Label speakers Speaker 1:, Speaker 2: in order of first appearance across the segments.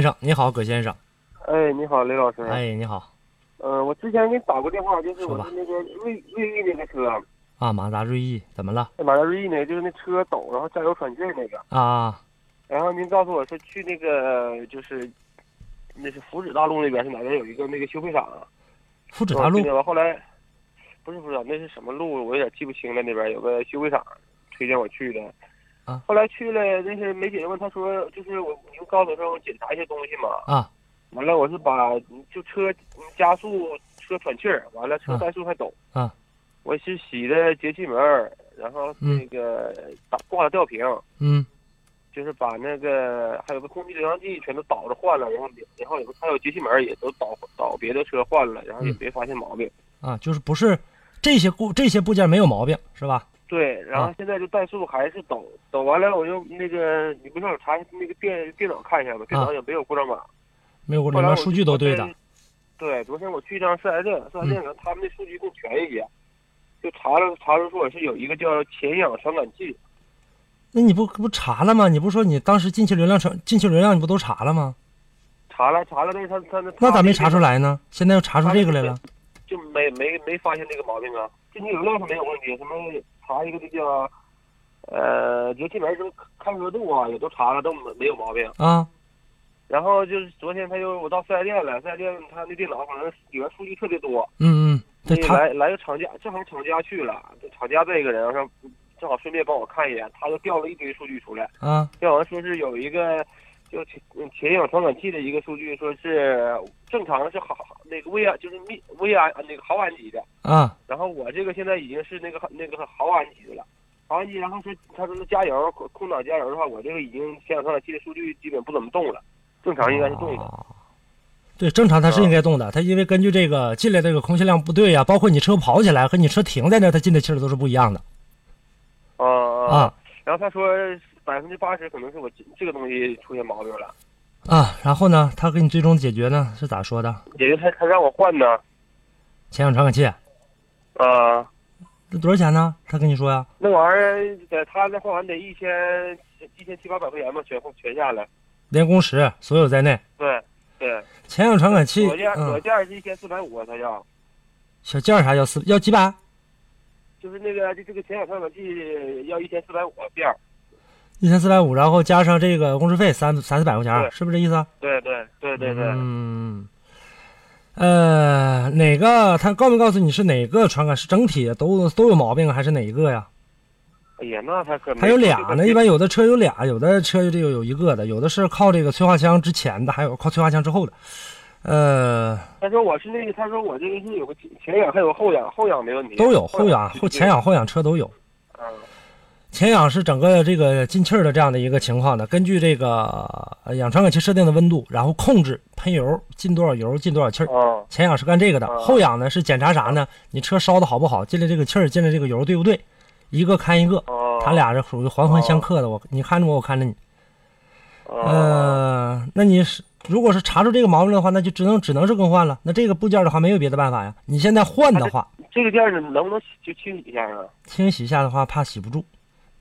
Speaker 1: 先生，你好，葛先生。
Speaker 2: 哎，你好，雷老师。
Speaker 1: 哎，你好，
Speaker 2: 呃，我之前给你打过电话，就是
Speaker 1: 说
Speaker 2: 我
Speaker 1: 吧
Speaker 2: 是那个瑞瑞意那个车，
Speaker 1: 啊，马自达锐意，怎么了？
Speaker 2: 马达瑞意那个，就是那车抖，然后加油喘气儿那个。
Speaker 1: 啊，
Speaker 2: 然后您告诉我是去那个就是，那是福祉大路那边是哪边有一个那个修配厂？
Speaker 1: 福祉大路
Speaker 2: 我记得完后来，不是不是，那是什么路？我有点记不清了。那边有个修配厂，推荐我去的。
Speaker 1: 啊。
Speaker 2: 后来去了，那是梅姐问，她说就是我，您告诉我说我检查一些东西嘛。
Speaker 1: 啊，
Speaker 2: 完了，我是把就车加速，车喘气儿，完了车
Speaker 1: 啊
Speaker 2: 怠速还抖。
Speaker 1: 啊
Speaker 2: 我是洗的节气门儿，然后那个打挂了吊瓶，
Speaker 1: 嗯
Speaker 2: 就是把那个还有个空气流量计全都倒着换了，然后也然后有个还有节气门儿也都倒倒别的车换了，然后也
Speaker 1: 嗯
Speaker 2: 没发现毛病。
Speaker 1: 啊，就是不是这些固这些部件没有毛病是吧？
Speaker 2: 对，然后
Speaker 1: 啊
Speaker 2: 现在就怠速还是抖，抖完了我就那个你不让我查那个电电脑看一下吧，电脑也没有故障码。
Speaker 1: 没有故
Speaker 2: 后
Speaker 1: 障，
Speaker 2: 来
Speaker 1: 那
Speaker 2: 我
Speaker 1: 哦数据都对的
Speaker 2: 昨
Speaker 1: 嗯
Speaker 2: 天。对，昨天我去一趟四 S 店，四 S 店呢，他们的数据更全一些，就查了查出说是有一个叫前氧传感器，
Speaker 1: 那你不不查了吗？你不说你当时进气流量传进气流量你不都查了吗？
Speaker 2: 查了查了，但是他他那
Speaker 1: 那咋没查出？来呢？现在又查出这个来了
Speaker 2: 就没没没发现这个毛病啊，进气流量是没有问题，什么查一个这叫呃节气门什么开合度啊，也都查了，都没没有毛病。
Speaker 1: 啊？
Speaker 2: 然后就是昨天他又我到四 S 店了，四 S 店他那电脑反正里边数据特别多，
Speaker 1: 嗯嗯，对
Speaker 2: 那
Speaker 1: 他
Speaker 2: 来来个厂家，正好厂家去了，这厂家再一个人，嗯然后正好顺便帮我看一眼，他就调了一堆数据出来，
Speaker 1: 啊
Speaker 2: 调完说是有一个就前前氧传感器的一个数据，说是正常是好那个微氨就是密微氨那个毫氨级的，
Speaker 1: 啊
Speaker 2: 然后我这个现在已经是那个那个毫氨级的了。毫氨级，然后说他说是加油空空档加油的话，我这个已经前氧传感器的数据基本不怎么动了，正常应该是动的。
Speaker 1: 啊对，正常它是应该动的，它因为根据这个进来这个空气量不对呀、包括你车跑起来和你车停在那儿，它进的气儿都是不一样的
Speaker 2: 啊
Speaker 1: 啊。
Speaker 2: 然后他说百分之八十可能是我这这个东西出现毛病了。
Speaker 1: 啊，然后呢，他给你最终解决呢是咋说的？
Speaker 2: 姐姐她她让我换呢，
Speaker 1: 前氧传感器，
Speaker 2: 啊、
Speaker 1: 这多少钱呢？他跟你说呀、
Speaker 2: 那玩意儿在她那换完得一千一千七八百块钱吧，全全下来。
Speaker 1: 连工时所有在内。
Speaker 2: 对对，
Speaker 1: 前氧传感器
Speaker 2: 左，价左
Speaker 1: 嗯，
Speaker 2: 价是一千四百五，啊他要
Speaker 1: 小件啥要四要几百？
Speaker 2: 就是那个这这个前氧传感器要一千四百五遍儿。
Speaker 1: 一千四百五，然后加上这个工时费三三四百块钱儿，
Speaker 2: 对
Speaker 1: 是不是这意思啊？
Speaker 2: 对对对对对，
Speaker 1: 嗯，呃，哪个他告没告诉你是哪个传感是整体都都有毛病啊还是哪一个呀？
Speaker 2: 哎呀，那他可没
Speaker 1: 还有俩呢，一
Speaker 2: 般
Speaker 1: 般有的车有俩，有的车就有有一个的，有的是靠这个催化枪之前的，还有靠催化枪之后的。呃，
Speaker 2: 他说我是那个，他说我这个是有个前前氧还有后氧，后氧没问题。
Speaker 1: 都有后氧、后前
Speaker 2: 氧。
Speaker 1: 氧、后氧车都有。
Speaker 2: 嗯
Speaker 1: 前氧是整个这个进气儿的这样的一个情况呢，根据这个呃氧传感器设定的温度，然后控制喷油进多少油进多少气儿。
Speaker 2: 嗯
Speaker 1: 前氧是干这个的，
Speaker 2: 啊
Speaker 1: 后氧呢是检查啥呢？你车烧的好不好，进来这个气儿，进来这个油对不对？一个看一个，
Speaker 2: 嗯，
Speaker 1: 它俩是属于环环相克的。我你看着我，我看着你。
Speaker 2: 嗯
Speaker 1: 呃，那你是如果是查出这个毛病的话，那就只能只能是更换了。那这个部件的话，没有别的办法呀。你现在换的话，
Speaker 2: 这个店儿能不能就清洗一下啊？
Speaker 1: 清洗一下的话，怕洗不住，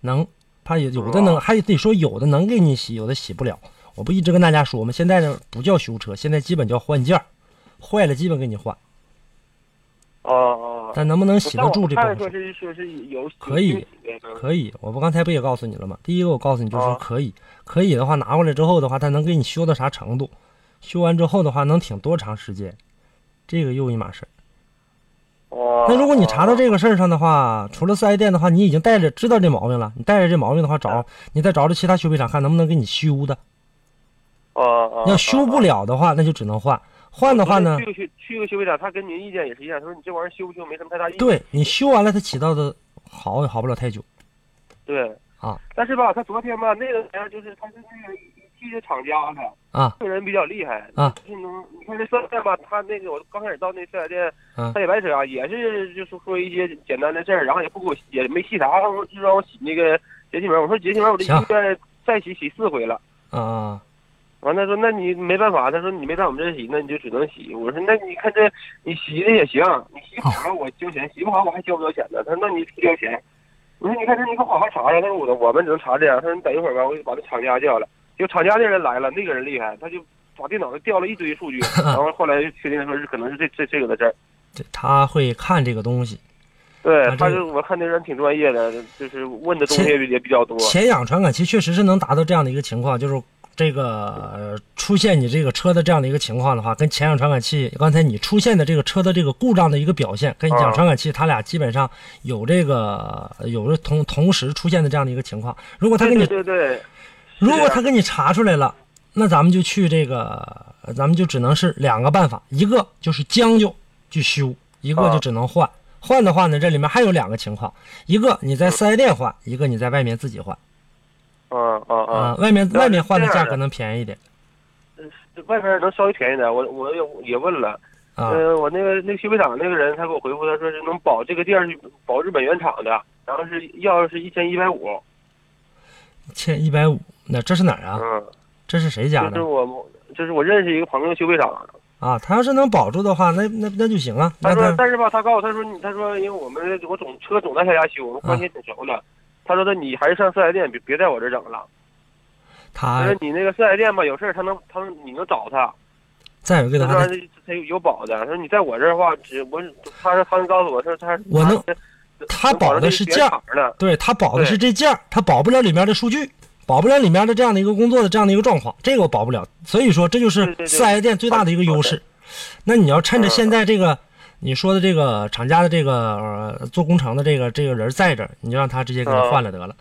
Speaker 1: 能，怕有有的能，
Speaker 2: 哦
Speaker 1: 还得说有的能给你洗，有的洗不了。我不一直跟大家说吗？现在呢不叫修车，现在基本叫换件儿，坏了基本给你换，
Speaker 2: 哦哦。
Speaker 1: 但能不能洗得住这
Speaker 2: 但我看
Speaker 1: 部
Speaker 2: 说
Speaker 1: 分
Speaker 2: 是说是有
Speaker 1: 可以，
Speaker 2: 可
Speaker 1: 可以。我不刚才不也告诉你了吗？第一个我告诉你就是说
Speaker 2: 哦
Speaker 1: 可以，可以的话拿过来之后的话，它能给你修到啥程度？修完之后的话能挺多长时间？这个又一码事儿。那
Speaker 2: 那
Speaker 1: 如果你查到这个事儿上的话，除了四 S 店的话，你已经带着知道这毛病了，你带着这毛病的话找，你再找找其他修配厂看能不能给你修的。
Speaker 2: 哦，
Speaker 1: 要修不了的话，那就只能换。换的话呢，
Speaker 2: 去个修去个修理厂，他跟您意见也是一样，他说你这玩意儿修不修没什么太大意义。
Speaker 1: 对你修完了，它起到的好也好不了太久。
Speaker 2: 对
Speaker 1: 啊，
Speaker 2: 但是吧，他昨天吧那个玩意儿就是他是那个一批的厂家的
Speaker 1: 啊，
Speaker 2: 这个人比较厉害
Speaker 1: 啊，
Speaker 2: 就是能你看这四 S 店吧，他那个我刚开始到那四 S 店，
Speaker 1: 嗯
Speaker 2: 他也白扯啊，也是就是说一些简单的事儿，然后也不给我也没细啥，然后就让我洗那个节气门，我说节气门我这一
Speaker 1: 行
Speaker 2: 个月再洗洗四回了。
Speaker 1: 啊、啊
Speaker 2: 完了他说，那你没办法，他说你没在我们这儿洗，那你就只能洗。我说，那你看这你洗的也行，你洗
Speaker 1: 哦
Speaker 2: 好了我交钱，洗不好我还交不交钱呢。他说，那你不交钱。我说，你看这你给我好好查啊查。他说，我的我们只能查这样。他说，你等一会儿吧，我就把这厂家叫来。就厂家那人来了，那个人厉害，他就把电脑调了一 堆数据，然后后来就确定说是可能是这这这个的事儿。
Speaker 1: 这他会看这个东西。
Speaker 2: 对
Speaker 1: 啊，
Speaker 2: 他
Speaker 1: 这
Speaker 2: 是我看那人挺专业的，就是问的东西
Speaker 1: 前
Speaker 2: 也比较多。
Speaker 1: 前氧传感器确实是能达到这样的一个情况，就是这个、呃出现你这个车的这样的一个情况的话，跟前氧传感器刚才你出现的这个车的这个故障的一个表现，跟氧传感器它俩基本上有这个呃有着同同时出现的这样的一个情况。如果他
Speaker 2: 对
Speaker 1: 给你
Speaker 2: 对对对，
Speaker 1: 如果
Speaker 2: 是啊
Speaker 1: 他给你查出来了，那咱们就去这个，呃咱们就只能是两个办法，一个就是将就去修，一个
Speaker 2: 啊
Speaker 1: 就只能换。换的话呢，这里面还有两个情况，一个你在四 S 店换，一个你在外面自己换
Speaker 2: 嗯嗯
Speaker 1: 啊、
Speaker 2: 嗯，
Speaker 1: 外面
Speaker 2: 那
Speaker 1: 外面换的
Speaker 2: 是这
Speaker 1: 价
Speaker 2: 样的
Speaker 1: 格能便宜一点
Speaker 2: 这外边能稍微便宜点。我我也也问了，
Speaker 1: 啊。
Speaker 2: 呃，我那个那个修配厂那个人，他给我回复，他说是能保这个店是保日本原厂的，然后是要是一千一百五。
Speaker 1: 欠一百五，那这是哪儿啊？
Speaker 2: 嗯，
Speaker 1: 这是谁家
Speaker 2: 就是
Speaker 1: 的
Speaker 2: 我就是我认识一个朋友修配厂，
Speaker 1: 啊？他要是能保住的话，那那那就行啊。
Speaker 2: 他
Speaker 1: 那
Speaker 2: 说，
Speaker 1: 他
Speaker 2: 但是吧，他告诉他说你，他说因为我们我总车总在他家修，我们关系挺熟
Speaker 1: 啊
Speaker 2: 的。他说的你还是上四 S 店，别别在我这整了。他
Speaker 1: 他
Speaker 2: 说你那个四 S 店吧，有事儿他能他能你能找他，
Speaker 1: 再有一个
Speaker 2: 他
Speaker 1: 的话，
Speaker 2: 说
Speaker 1: 他
Speaker 2: 他有有保的。他说你在我这儿的话，只我他说他能告诉我，他说他
Speaker 1: 我能他
Speaker 2: 他
Speaker 1: 保的是
Speaker 2: 原
Speaker 1: 价
Speaker 2: 厂的，
Speaker 1: 对他保的
Speaker 2: 对
Speaker 1: 是这件儿，他保不了里面的数据，保不了里面的这样的一个工作的这样的一个状况，这个我保不了。所以说，这就是
Speaker 2: 对嗯对对
Speaker 1: 四 S 店最大的一个优势。那你要趁着现在这个你说的这个厂家的这个、呃做工程的这个这个人在这儿，你就让他直接给他
Speaker 2: 嗯
Speaker 1: 换了得了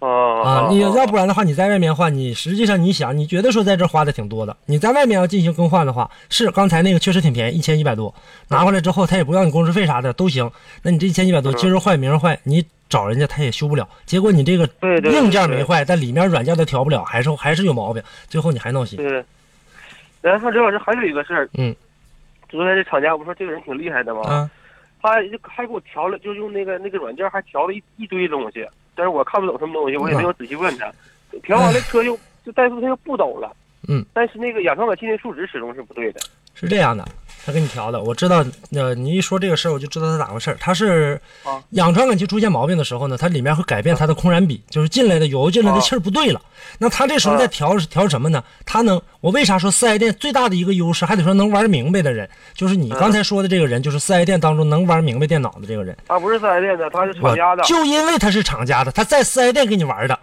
Speaker 2: 啊
Speaker 1: 啊！你要不
Speaker 2: 然
Speaker 1: 然的话，你在外面换，你实际上你想，你觉得说在这儿花的挺多的，你在外面要进行更换的话，是刚才那个确实挺便宜，一千一百多，拿回来之后他也不要你工时费啥的都行。那你这一千一百多，
Speaker 2: 嗯
Speaker 1: 今儿坏明儿坏，你找人家他也修不了，结果你这个
Speaker 2: 对对对
Speaker 1: 硬件没坏，但里面软件都调不了，还是还是有毛病，最后你还闹心。
Speaker 2: 对。然后刘老师还有一个事儿，
Speaker 1: 嗯，昨
Speaker 2: 昨天这厂家不说这个人挺厉害的吗？
Speaker 1: 啊，
Speaker 2: 他还给我调了，就是用那个那个软件还调了一一堆东西，但是我看不懂什么东西，我
Speaker 1: 嗯
Speaker 2: 也没有仔细问他。调完了车又就 怠速，他又不抖了。
Speaker 1: 嗯，
Speaker 2: 但是那个氧传感器那数值始终是不对的。
Speaker 1: 是这样的，他给你调的，我知道，呃，你一说这个事儿，我就知道他咋回事儿。他是
Speaker 2: 啊
Speaker 1: 氧传感器出现毛病的时候呢，它里面会改变它的空燃比，就是进来的油进来的
Speaker 2: 啊
Speaker 1: 气儿不对了。那他这时候
Speaker 2: 啊
Speaker 1: 在调是调什么呢？他能，我为啥说四 S 店最大的一个优势，还得说能玩明白的人，就是
Speaker 2: 啊
Speaker 1: 你刚才说的这个人，就是四 S 店当中能玩明白电脑的这个人。
Speaker 2: 他不是四 S 店的，他是
Speaker 1: 我
Speaker 2: 厂家的。
Speaker 1: 就因为他是厂家的，他在四 S 店给你玩的，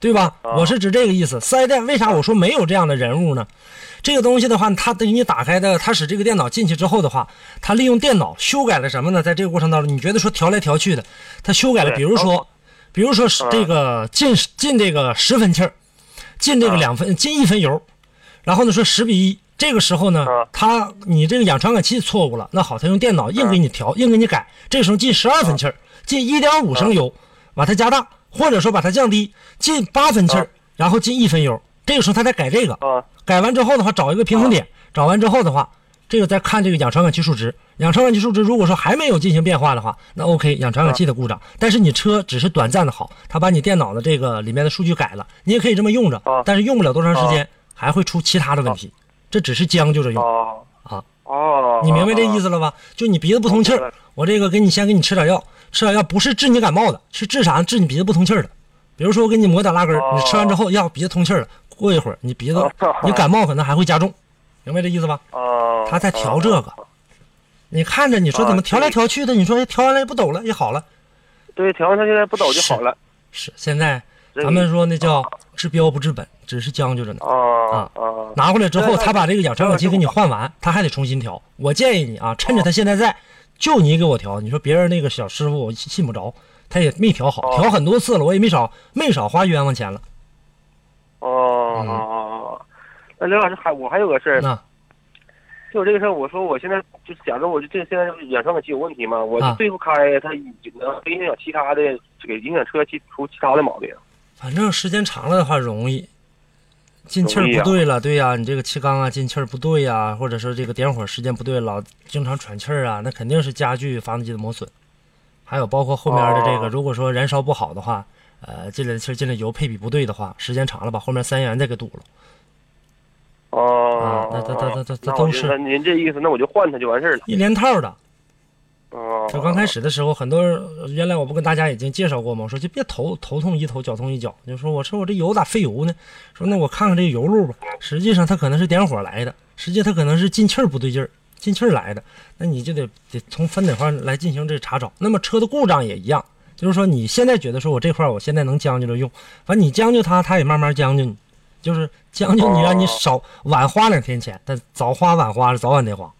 Speaker 1: 对吧？
Speaker 2: 啊
Speaker 1: 我是指这个意思。四 S 店为啥我说没有这样的人物呢？这个东西的话，他给你打开的，他使这个电脑进去之后的话，他利用电脑修改了什么呢？在这个过程当中，你觉得说调来调去的，他修改了，
Speaker 2: 对
Speaker 1: 比如说，比如说是
Speaker 2: 啊
Speaker 1: 这个进进这个十分气儿，进这个
Speaker 2: 啊
Speaker 1: 两分进一分油，然后呢说十比一，这个时候呢
Speaker 2: 啊，
Speaker 1: 他你这个氧传感器错误了，那好，他用电脑硬给你调，硬给你改，这时候进十二分气儿，进一点五升油，把它加大，或者说把它降低，进八分气儿
Speaker 2: 啊，
Speaker 1: 然后进一分油，这个时候他再改这个，
Speaker 2: 啊
Speaker 1: 改完之后的话，找一个平衡点，找完之后的话，这个再看这个氧传感器数值。氧传感器数值如果说还没有进行变化的话，那 OK，氧传感器的故障。
Speaker 2: 啊
Speaker 1: 但是你车只是短暂的好，它把你电脑的这个里面的数据改了，你也可以这么用着
Speaker 2: 啊，
Speaker 1: 但是用不了多长时间，还会出其他的问题。这只是将就着用，
Speaker 2: 哦
Speaker 1: 啊
Speaker 2: 哦，
Speaker 1: 你明白这意
Speaker 2: 思？
Speaker 1: 思了吧？就你鼻子不通气
Speaker 2: 明
Speaker 1: 儿
Speaker 2: 白，
Speaker 1: 我这个给你先给你吃点药，吃点药不是治你感冒的，是治啥？治你鼻子不通气儿的。比如说我给你抹点拉根儿，
Speaker 2: 哦
Speaker 1: 你吃完之后药鼻子通气儿了，过一会儿你鼻子
Speaker 2: 哦
Speaker 1: 你感冒可能还会加重，明白这意思吧？
Speaker 2: 哦，
Speaker 1: 他在调这个。你看着，你说
Speaker 2: 啊
Speaker 1: 怎么调来
Speaker 2: 对
Speaker 1: 调去的？你说哎调完了也不抖了，也好了。
Speaker 2: 对，调完他现在不抖就好了。
Speaker 1: 是现在
Speaker 2: 这
Speaker 1: 咱们说那叫治标不治本，只是将就着呢。
Speaker 2: 啊啊
Speaker 1: 拿回来之后，
Speaker 2: 对
Speaker 1: 他把这个氧传感器给你换完，他还得重新调。我建议你啊，趁着他现在在，就你给我调。你说别人那个小师傅我信不着，他也没调好，
Speaker 2: 哦
Speaker 1: 调很多次了，我也没少没少花冤枉钱了。
Speaker 2: 哦
Speaker 1: 嗯
Speaker 2: 哦。那刘老师还我还有个事儿，
Speaker 1: 那
Speaker 2: 就这个事儿，我说我现在就是假如我就这现在氧传感器有问题嘛，我
Speaker 1: 啊
Speaker 2: 对付开它已经能影响其他的，这个影响车其出其他的毛病。
Speaker 1: 反正时间长了的话容易，进气儿
Speaker 2: 容易
Speaker 1: 不
Speaker 2: 啊
Speaker 1: 对了，对呀、你这个气缸啊进气儿不对呀、或者说这个点火时间不对，老经常喘气儿啊，那肯定是加剧发动机的磨损。还有包括后面的这个，
Speaker 2: 哦
Speaker 1: 如果说燃烧不好的话，呃，进来的气儿进来油配比不对的话，时间长了把后面三元再给堵了。
Speaker 2: 哦
Speaker 1: 啊，那那那那那都
Speaker 2: 那哦我就是那您这意思，那我就换它就完事儿了。
Speaker 1: 一连套的，
Speaker 2: 哦，
Speaker 1: 就刚开始的时候，很多人呃原来我不跟大家已经介绍过吗？我说就别头头痛医头，脚痛医脚。就说我说我这油咋费油呢？说那我看看这油路吧。实际上它可能是点火来的，实际它可能是进气儿不对劲儿，进气儿来的。那你就得得从分哪块来进行这查找。那么车的故障也一样，就是说你现在觉得说我这块我现在能将就着用，反正你将就它，它也慢慢将就你，就是将就你，让你少晚花两天钱，但早花晚花是早晚得花。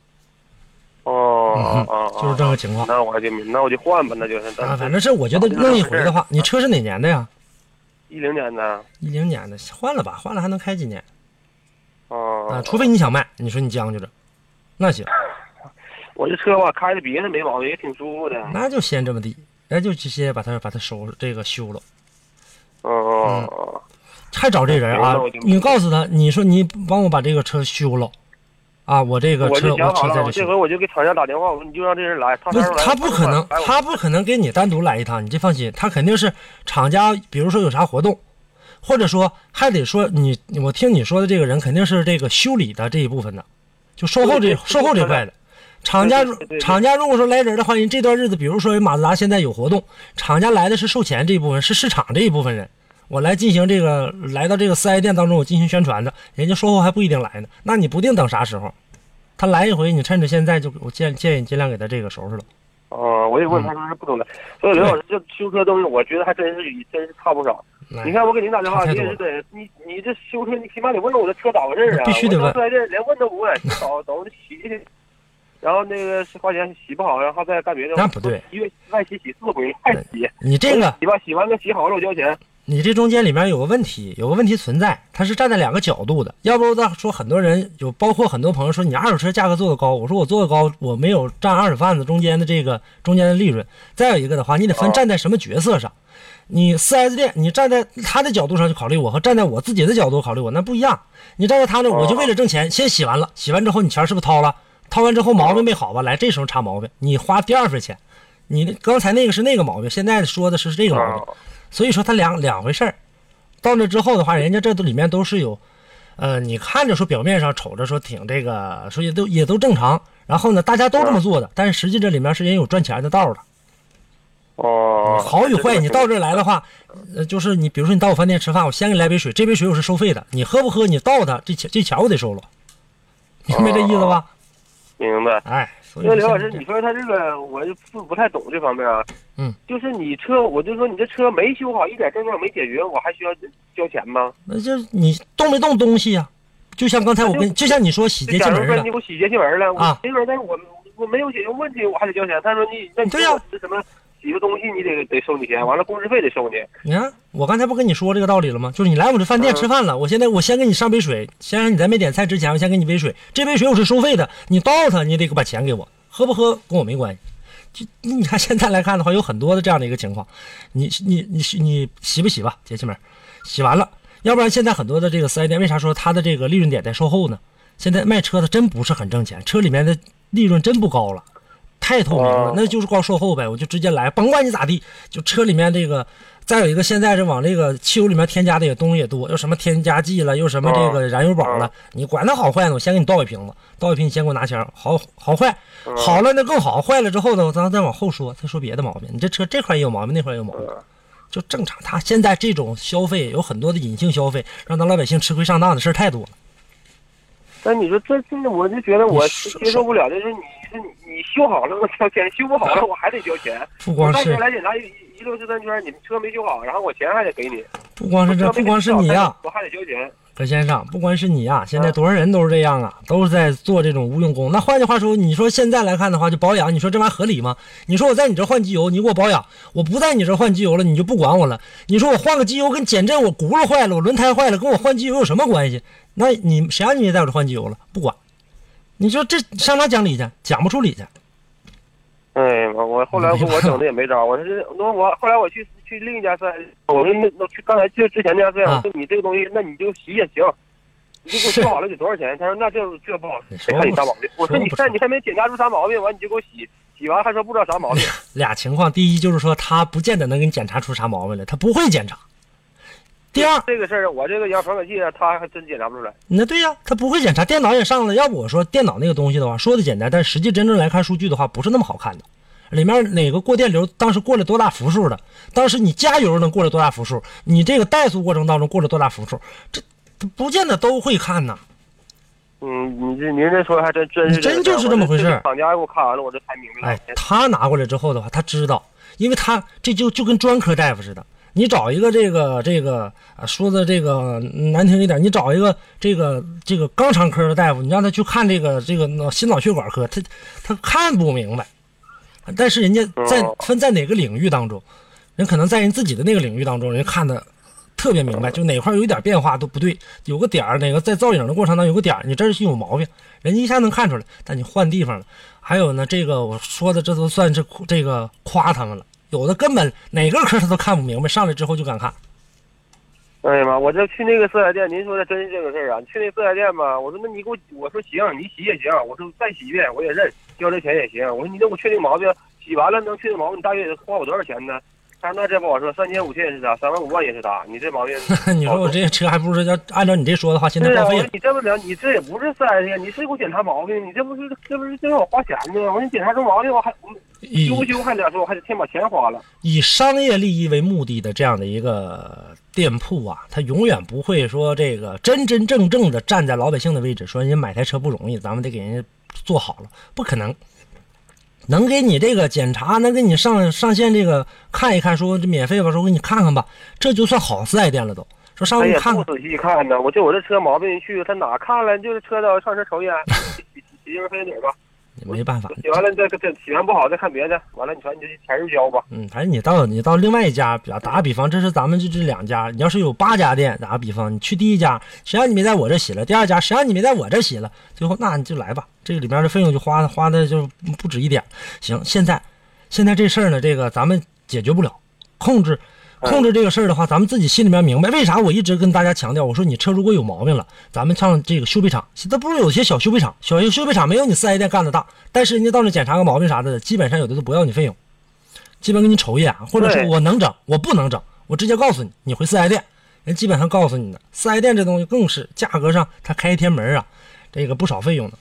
Speaker 2: 哦哦
Speaker 1: 嗯就是这个情况
Speaker 2: 那我就明那我就换吧，那就是。
Speaker 1: 啊，反正是我觉得弄一回的
Speaker 2: 啊
Speaker 1: 话，你车是哪年的呀？
Speaker 2: 一零年的。
Speaker 1: 一零年的，换了吧，换了还能开几年
Speaker 2: 哦。
Speaker 1: 啊？除非你想卖，你说你将就着，那行，
Speaker 2: 我这车吧，开着别的没毛病，也挺舒服的。
Speaker 1: 那就先这么地，那就直接把它把它收这个修了。
Speaker 2: 哦
Speaker 1: 嗯
Speaker 2: 哦哦。
Speaker 1: 还找这人啊
Speaker 2: 那我就？
Speaker 1: 你告诉他，你说你帮我把这个车修了，啊，我这个
Speaker 2: 我
Speaker 1: 车
Speaker 2: 就想好
Speaker 1: 车在
Speaker 2: 了，我
Speaker 1: 这
Speaker 2: 这
Speaker 1: 修。
Speaker 2: 回我就给厂家打电话，我说你就让这人来，他
Speaker 1: 不是
Speaker 2: 来
Speaker 1: 他不可能
Speaker 2: 来，我
Speaker 1: 他不可能给你单独来一趟，你这放心，他肯定是厂家，比如说有啥活动，或者说还得说你，我听你说的这个人肯定是这个修理的这一部分的，就售后这
Speaker 2: 对对
Speaker 1: 售后这块的。厂家如
Speaker 2: 对对对
Speaker 1: 厂家如果说来人的话，人这段日子，比如说马自达现在有活动，厂家来的是售前这一部分，是市场这一部分人，我来进行这个来到这个四 S 店当中，我进行宣传的，人家售后还不一定来呢，那你不定等啥时候，他来一回，你趁着现在就我建建议你尽量给他这个收拾了。
Speaker 2: 哦，我也问他，他说不懂的。所以刘老师，这修车东西，我觉得还真是真是差不少。
Speaker 1: 来
Speaker 2: 你看，我给您打电话，
Speaker 1: 差太
Speaker 2: 你
Speaker 1: 多
Speaker 2: 也
Speaker 1: 了
Speaker 2: 是得你你这修车，你起码得问问我这车咋回事儿啊？
Speaker 1: 必须得问
Speaker 2: 我到四 S 店连问都不问，找找人洗去，然后那个是花钱洗不好，然后再干别的。
Speaker 1: 那不对，
Speaker 2: 一月外洗洗四回，还洗。
Speaker 1: 你这个
Speaker 2: 洗吧，洗完了洗好了我交钱。
Speaker 1: 你这中间里面有个问题，有个问题存在，它是站在两个角度的。要不我再说，很多人有，包括很多朋友说你二手车价格做得高，我说我做得高，我没有占二手贩子中间的这个中间的利润。再有一个的话，你得分
Speaker 2: 哦
Speaker 1: 站在什么角色上。你四 S 店，你站在他的角度上去考虑我，和站在我自己的角度考虑我那不一样。你站在他那，我就为了挣钱，先洗完了，洗完之后你钱是不是掏了？掏完之后毛病没好吧？来，这时候查毛病，你花第二份钱。你刚才那个是那个毛病，现在说的是这个毛病
Speaker 2: 哦。
Speaker 1: 所以说它两两回事儿。到那之后的话，人家这都里面都是有，呃，你看着说表面上瞅着说挺这个，说也都也都正常。然后呢，大家都这么
Speaker 2: 嗯
Speaker 1: 做的，但是实际这里面是人有赚钱的道儿的。
Speaker 2: 哦，
Speaker 1: 好与坏，你到这儿来的话，呃，就是你比如说你到我饭店吃饭，我先给你来杯水，这杯水我是收费的，你喝不喝你倒它，这钱这钱我得收了，明
Speaker 2: 哦
Speaker 1: 白这意思吧？
Speaker 2: 明白。
Speaker 1: 哎，所以
Speaker 2: 那
Speaker 1: 说
Speaker 2: 刘老师，
Speaker 1: 现在
Speaker 2: 你说他这个，我就不不太懂这方面啊。
Speaker 1: 嗯，
Speaker 2: 就是你车，我就说你这车没修好，一点症状没解决，我还需要交钱吗？
Speaker 1: 那就是你动没动东西呀、就像刚才我跟，就像你说洗
Speaker 2: 就
Speaker 1: 洁
Speaker 2: 假
Speaker 1: 精
Speaker 2: 如
Speaker 1: 门
Speaker 2: 说
Speaker 1: 的
Speaker 2: 你，给我洗洁气门了，
Speaker 1: 啊
Speaker 2: 我这门，但是我我没有解决问题，我还得交钱。他说你那你
Speaker 1: 对呀
Speaker 2: 这什么洗个东西，你得得收你钱，完了工时费得收你。
Speaker 1: 你看，我刚才不跟你说这个道理了吗？就是你来我这饭店吃饭了，我现在我先给你上杯水，先让你在没点菜之前，我先给你杯水。这杯水我是收费的，你倒它，你得把钱给我，喝不喝跟我没关系。就你看现在来看的话，有很多的这样的一个情况，你你你你洗不洗吧，节气门，洗完了，要不然现在很多的这个四 S 店，为啥说它的这个利润点在售后呢？现在卖车的真不是很挣钱，车里面的利润真不高了。太透明了
Speaker 2: 哦，
Speaker 1: 那就是光售后呗，我就直接来，甭管你咋地，就车里面这个，再有一个现在是往这个汽油里面添加的也东西也多，又什么添加剂了，又什么这个燃油宝了
Speaker 2: 哦，
Speaker 1: 你管它好坏呢，我先给你倒一瓶子，倒一瓶你先给我拿钱，好好坏，好了那更好，坏了之后呢，咱再往后说，再说别的毛病，你这车这块也有毛病，那块也有毛病。就正常，他现在这种消费有很多的隐性消费，让咱老百姓吃亏上当的事儿太多了。
Speaker 2: 但你说这这，我就觉得我
Speaker 1: 你说
Speaker 2: 接受不了，就是你是你修好了我交钱，修不好了我还得交钱。
Speaker 1: 不光
Speaker 2: 到时
Speaker 1: 是
Speaker 2: 候来检查一一溜十三圈，你们车没修好，然后我钱还得给你。
Speaker 1: 不光是这，不光是你啊呀、
Speaker 2: 我还得交钱。
Speaker 1: 葛先生，不光是你啊，现在多少人都是这样啊，都是在做这种无用功。那换句话说，你说现在来看的话，就保养，你说这玩意儿合理吗？你说我在你这换机油，你给我保养；我不在你这换机油了，你就不管我了。你说我换个机油跟减震，我轱辘坏了，我轮胎坏了，跟我换机油有什么关系？那你谁让你在我这换机油了？不管。你说这上哪讲理去？讲不出理去。
Speaker 2: 哎呀妈！我后来我我整的也没招，我是那我后来我去去另一家四 S，店我说那那去刚才去之前那家四 S，店
Speaker 1: 啊
Speaker 2: 我说你这个东西，那你就洗也行，你就给我
Speaker 1: 是
Speaker 2: 修好了得多少钱？他说那这这不好，
Speaker 1: 你
Speaker 2: 谁看你啥毛
Speaker 1: 说
Speaker 2: 病？我说
Speaker 1: 不
Speaker 2: 你
Speaker 1: 说
Speaker 2: 看你还没检查出啥毛病，完你就给我洗，洗完还说不知道啥毛病。
Speaker 1: 俩情况，第一就是说他不见得能给你检查出啥毛病来，他不会检查。 第二，
Speaker 2: 这个事儿，我这个遥传感器啊，他还真检查不出来。
Speaker 1: 那对呀、他不会检查，电脑也上了。要不我说电脑那个东西的话，说的简单，但实际真正来看数据的话，不是那么好看的。里面哪个过电流，当时过了多大伏数的，当时你加油能过了多大伏数，你这个怠速过程当中过了多大伏数，这这不见得都会看呐。
Speaker 2: 嗯，你这您这说的还真真是
Speaker 1: 真
Speaker 2: 这
Speaker 1: 就是这么回事儿
Speaker 2: 厂家给我看完了，我这才明白了。
Speaker 1: 哎，他拿过来之后的话，他知道，因为他这就就跟专科大夫似的。你找一个这个这个啊，说的这个难听一点，你找一个这个这个肛肠科的大夫，你让他去看这个这个脑心脑血管科，他他看不明白。但是人家在
Speaker 2: 哦
Speaker 1: 分在哪个领域当中，人可能在人自己的那个领域当中，人家看的特别
Speaker 2: 哦
Speaker 1: 明白，就哪块有一点变化都不对，有个点儿，哪个在造影的过程当中有个点儿，你这是有毛病，人家一下能看出来，但你换地方了。还有呢，这个我说的这都算是夸这个夸他们了，有的根本哪个科他都看不明白，上来之后就敢看。
Speaker 2: 哎呀妈！我这去那个色彩店，您说的真是这个事儿啊！去那色彩店吧，我说那你给我，我说行，你洗也行，我说再洗一遍我也认，交这钱也行。我说你这给我确定毛病，洗完了能确定毛病，你大约得花我多少钱呢？他说那这不好说，三千五千也是他，三万五万也是他，你这毛病。
Speaker 1: 你说我这车还不如要按照你这说的话，现在
Speaker 2: 哦对啊，
Speaker 1: 报
Speaker 2: 我
Speaker 1: 废
Speaker 2: 说
Speaker 1: 了。
Speaker 2: 你这么聊，你这也不是四 S 店，你是给我检查毛病，你这不是这不是这让我花钱呢？我说你检查出毛病，我还
Speaker 1: 以
Speaker 2: 修不修还两说，我还得先把钱花了。
Speaker 1: 以商业利益为目的的这样的一个店铺啊，它永远不会说这个真真正正的站在老百姓的位置，说人家买台车不容易，咱们得给人家做好了，不可能。能给你这个检查，能给你上上线这个看一看，说这免费吧，说我给你看看吧，这就算好四 S 店了都。说上
Speaker 2: 他
Speaker 1: 去
Speaker 2: 也
Speaker 1: 看
Speaker 2: 哎不
Speaker 1: 看，
Speaker 2: 仔细看呢，我就我这车毛病去，他哪看了？就是车的上车抽烟，洗洗净飞哪儿吧。
Speaker 1: 没办法，
Speaker 2: 洗完了再再洗完不好再看别的，完了你说你就钱就交吧。
Speaker 1: 嗯，反正你到你到另外一家，比打个比方，这是咱们就这两家，你要是有八家店，打个比方，你去第一家，谁让你没在我这洗了？第二家，谁让你没在我这洗了？最后那你就来吧，这个里面的费用就花花的就不止一点。行，现在现在这事儿呢，这个咱们解决不了，控制控制这个事儿的话，咱们自己心里面明白。为啥我一直跟大家强调，我说你车如果有毛病了，咱们上这个修配厂。那不是有些小修配厂，小修配厂没有你四 S 店干的大，但是人家到那检查个毛病啥的，基本上有的都不要你费用。基本给你瞅一眼，啊或者说
Speaker 2: 对
Speaker 1: 我能整，我不能整，我直接告诉你，你回四 S 店，人基本上告诉你的。四 S 店这东西更是价格上，他开一天门啊，这个不少费用呢。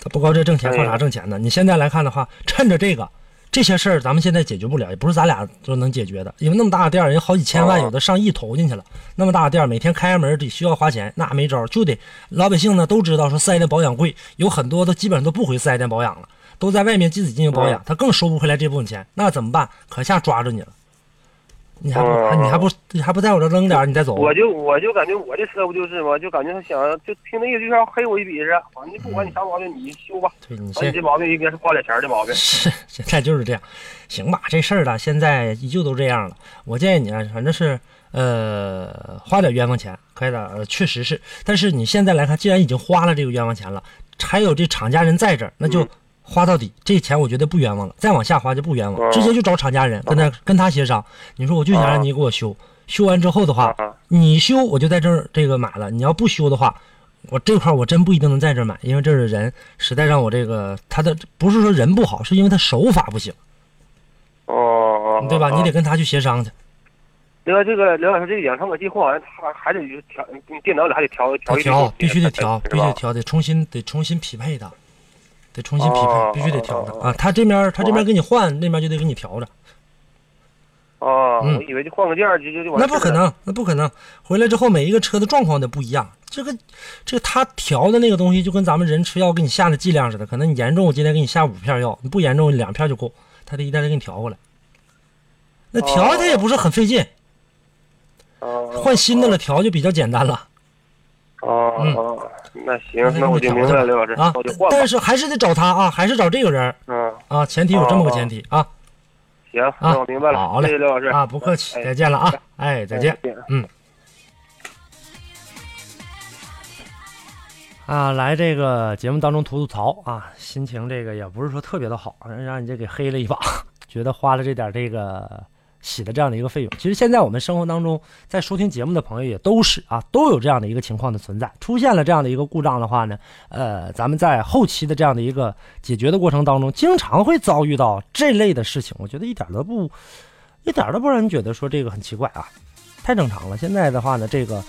Speaker 1: 他不高这挣钱，
Speaker 2: 对
Speaker 1: 靠啥挣钱呢？你现在来看的话，趁着这个这些事儿，咱们现在解决不了，也不是咱俩就能解决的，因为那么大的店儿，人好几千万，
Speaker 2: 哦
Speaker 1: 有的上亿投进去了。那么大的店儿，每天开门得需要花钱，那没招儿，就得老百姓呢都知道说四 S 店保养贵，有很多都基本上都不回四 S 店保养了，都在外面自己进行保养
Speaker 2: 嗯，
Speaker 1: 他更收不回来这部分钱，那怎么办？可下抓着你了，你还不、
Speaker 2: 嗯
Speaker 1: 你还不你还不在我这扔点儿，你再走，
Speaker 2: 我就我就感觉我这车不就是嘛，就感觉他想就听那意思就像黑我一笔似的，反正就不管你啥毛病你修吧，
Speaker 1: 对你
Speaker 2: 反正
Speaker 1: 先
Speaker 2: 你这毛病应该是花点钱的毛 病。
Speaker 1: 是，现在就是这样。行吧，这事儿呢，现在依旧都这样了。我建议你啊，反正是呃，花点冤枉钱可以的、呃确实是。但是你现在来看，既然已经花了这个冤枉钱了，还有这厂家人在这儿，那就
Speaker 2: 嗯
Speaker 1: 花到底。这钱我觉得不冤枉了，再往下花就不冤枉，
Speaker 2: 嗯
Speaker 1: 直接就找厂家人跟
Speaker 2: 哦
Speaker 1: 他跟他协商。你说我就想让你给我修，修完之后的话，
Speaker 2: 啊，
Speaker 1: 你修我就在这儿这个买了，你要不修的话，我这块儿我真不一定能在这儿买，因为这儿的人实在让我这个他的不是说人不好，是因为他手法不行，
Speaker 2: 哦哦，
Speaker 1: 对吧？你得跟他去协商去。
Speaker 2: 另外，这个刘老师这个养生管计划，他还得调嗯电脑里还得调
Speaker 1: 得
Speaker 2: 调一
Speaker 1: 调，必须得调，
Speaker 2: 哦是
Speaker 1: 必须
Speaker 2: 吧
Speaker 1: 得调，得重新得重新匹配的，得重新匹
Speaker 2: 哦
Speaker 1: 配，必须得调的
Speaker 2: 哦哦
Speaker 1: 啊。他这边他这边给你换，那边就得给你调着，
Speaker 2: 哦，
Speaker 1: 嗯
Speaker 2: 我以为就换个件儿就就就完
Speaker 1: 那
Speaker 2: 事儿
Speaker 1: 不可
Speaker 2: 了。
Speaker 1: 能，那不可能。回来之后每一个车的状况得不一样，这个这个他调的那个东西就跟咱们人吃药给你下的剂量似的，可能你严重我今天给你下五片药，你不严重两片就够，他得一袋袋给你调过来。那调
Speaker 2: 哦
Speaker 1: 他也不是很费劲，
Speaker 2: 哦
Speaker 1: 换新的了调就比较简单了。
Speaker 2: 哦
Speaker 1: 嗯
Speaker 2: 哦，那行，
Speaker 1: 那
Speaker 2: 那我就明白了，刘老师，
Speaker 1: 啊
Speaker 2: 那我哦就换，吧
Speaker 1: 但。是还是得找他啊，还是找这个人儿
Speaker 2: 嗯，
Speaker 1: 啊，前提有这么个前提啊
Speaker 2: 行，那我明白了，
Speaker 1: 好嘞
Speaker 2: 谢谢刘老师嗯
Speaker 1: 啊，不客气，
Speaker 2: 哎
Speaker 1: 再见了啊，哎，再见。
Speaker 2: 见。
Speaker 1: 啊，来这个节目当中吐吐槽啊，心情这个也不是说特别的好，让你这给黑了一把， 觉得花了这点这个洗的这样的一个费用。其实现在我们生活当中，在收听节目的朋友也都是啊，都有这样的一个情况的存在。出现了这样的一个故障的话呢，呃，咱们在后期的这样的一个解决的过程当中，经常会遭遇到这类的事情。我觉得一点都不，一点都不让人觉得说这个很奇怪啊，太正常了。现在的话呢，这个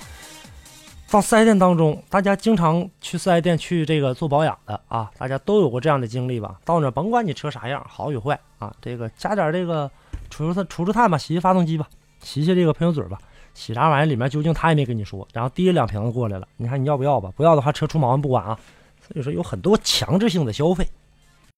Speaker 1: 到四 S 店当中，大家经常去四 S 店去这个做保养的啊，大家都有过这样的经历吧？到那儿甭管你车啥样，好与坏啊，这个加点这个除除碳除除碳吧，洗洗发动机吧，洗洗这个喷油嘴吧，洗啥玩意儿里面究竟他也没跟你说，然后提了两瓶子过来了，你看你要不要吧？不要的话车出毛病不管啊。所以说有很多强制性的消费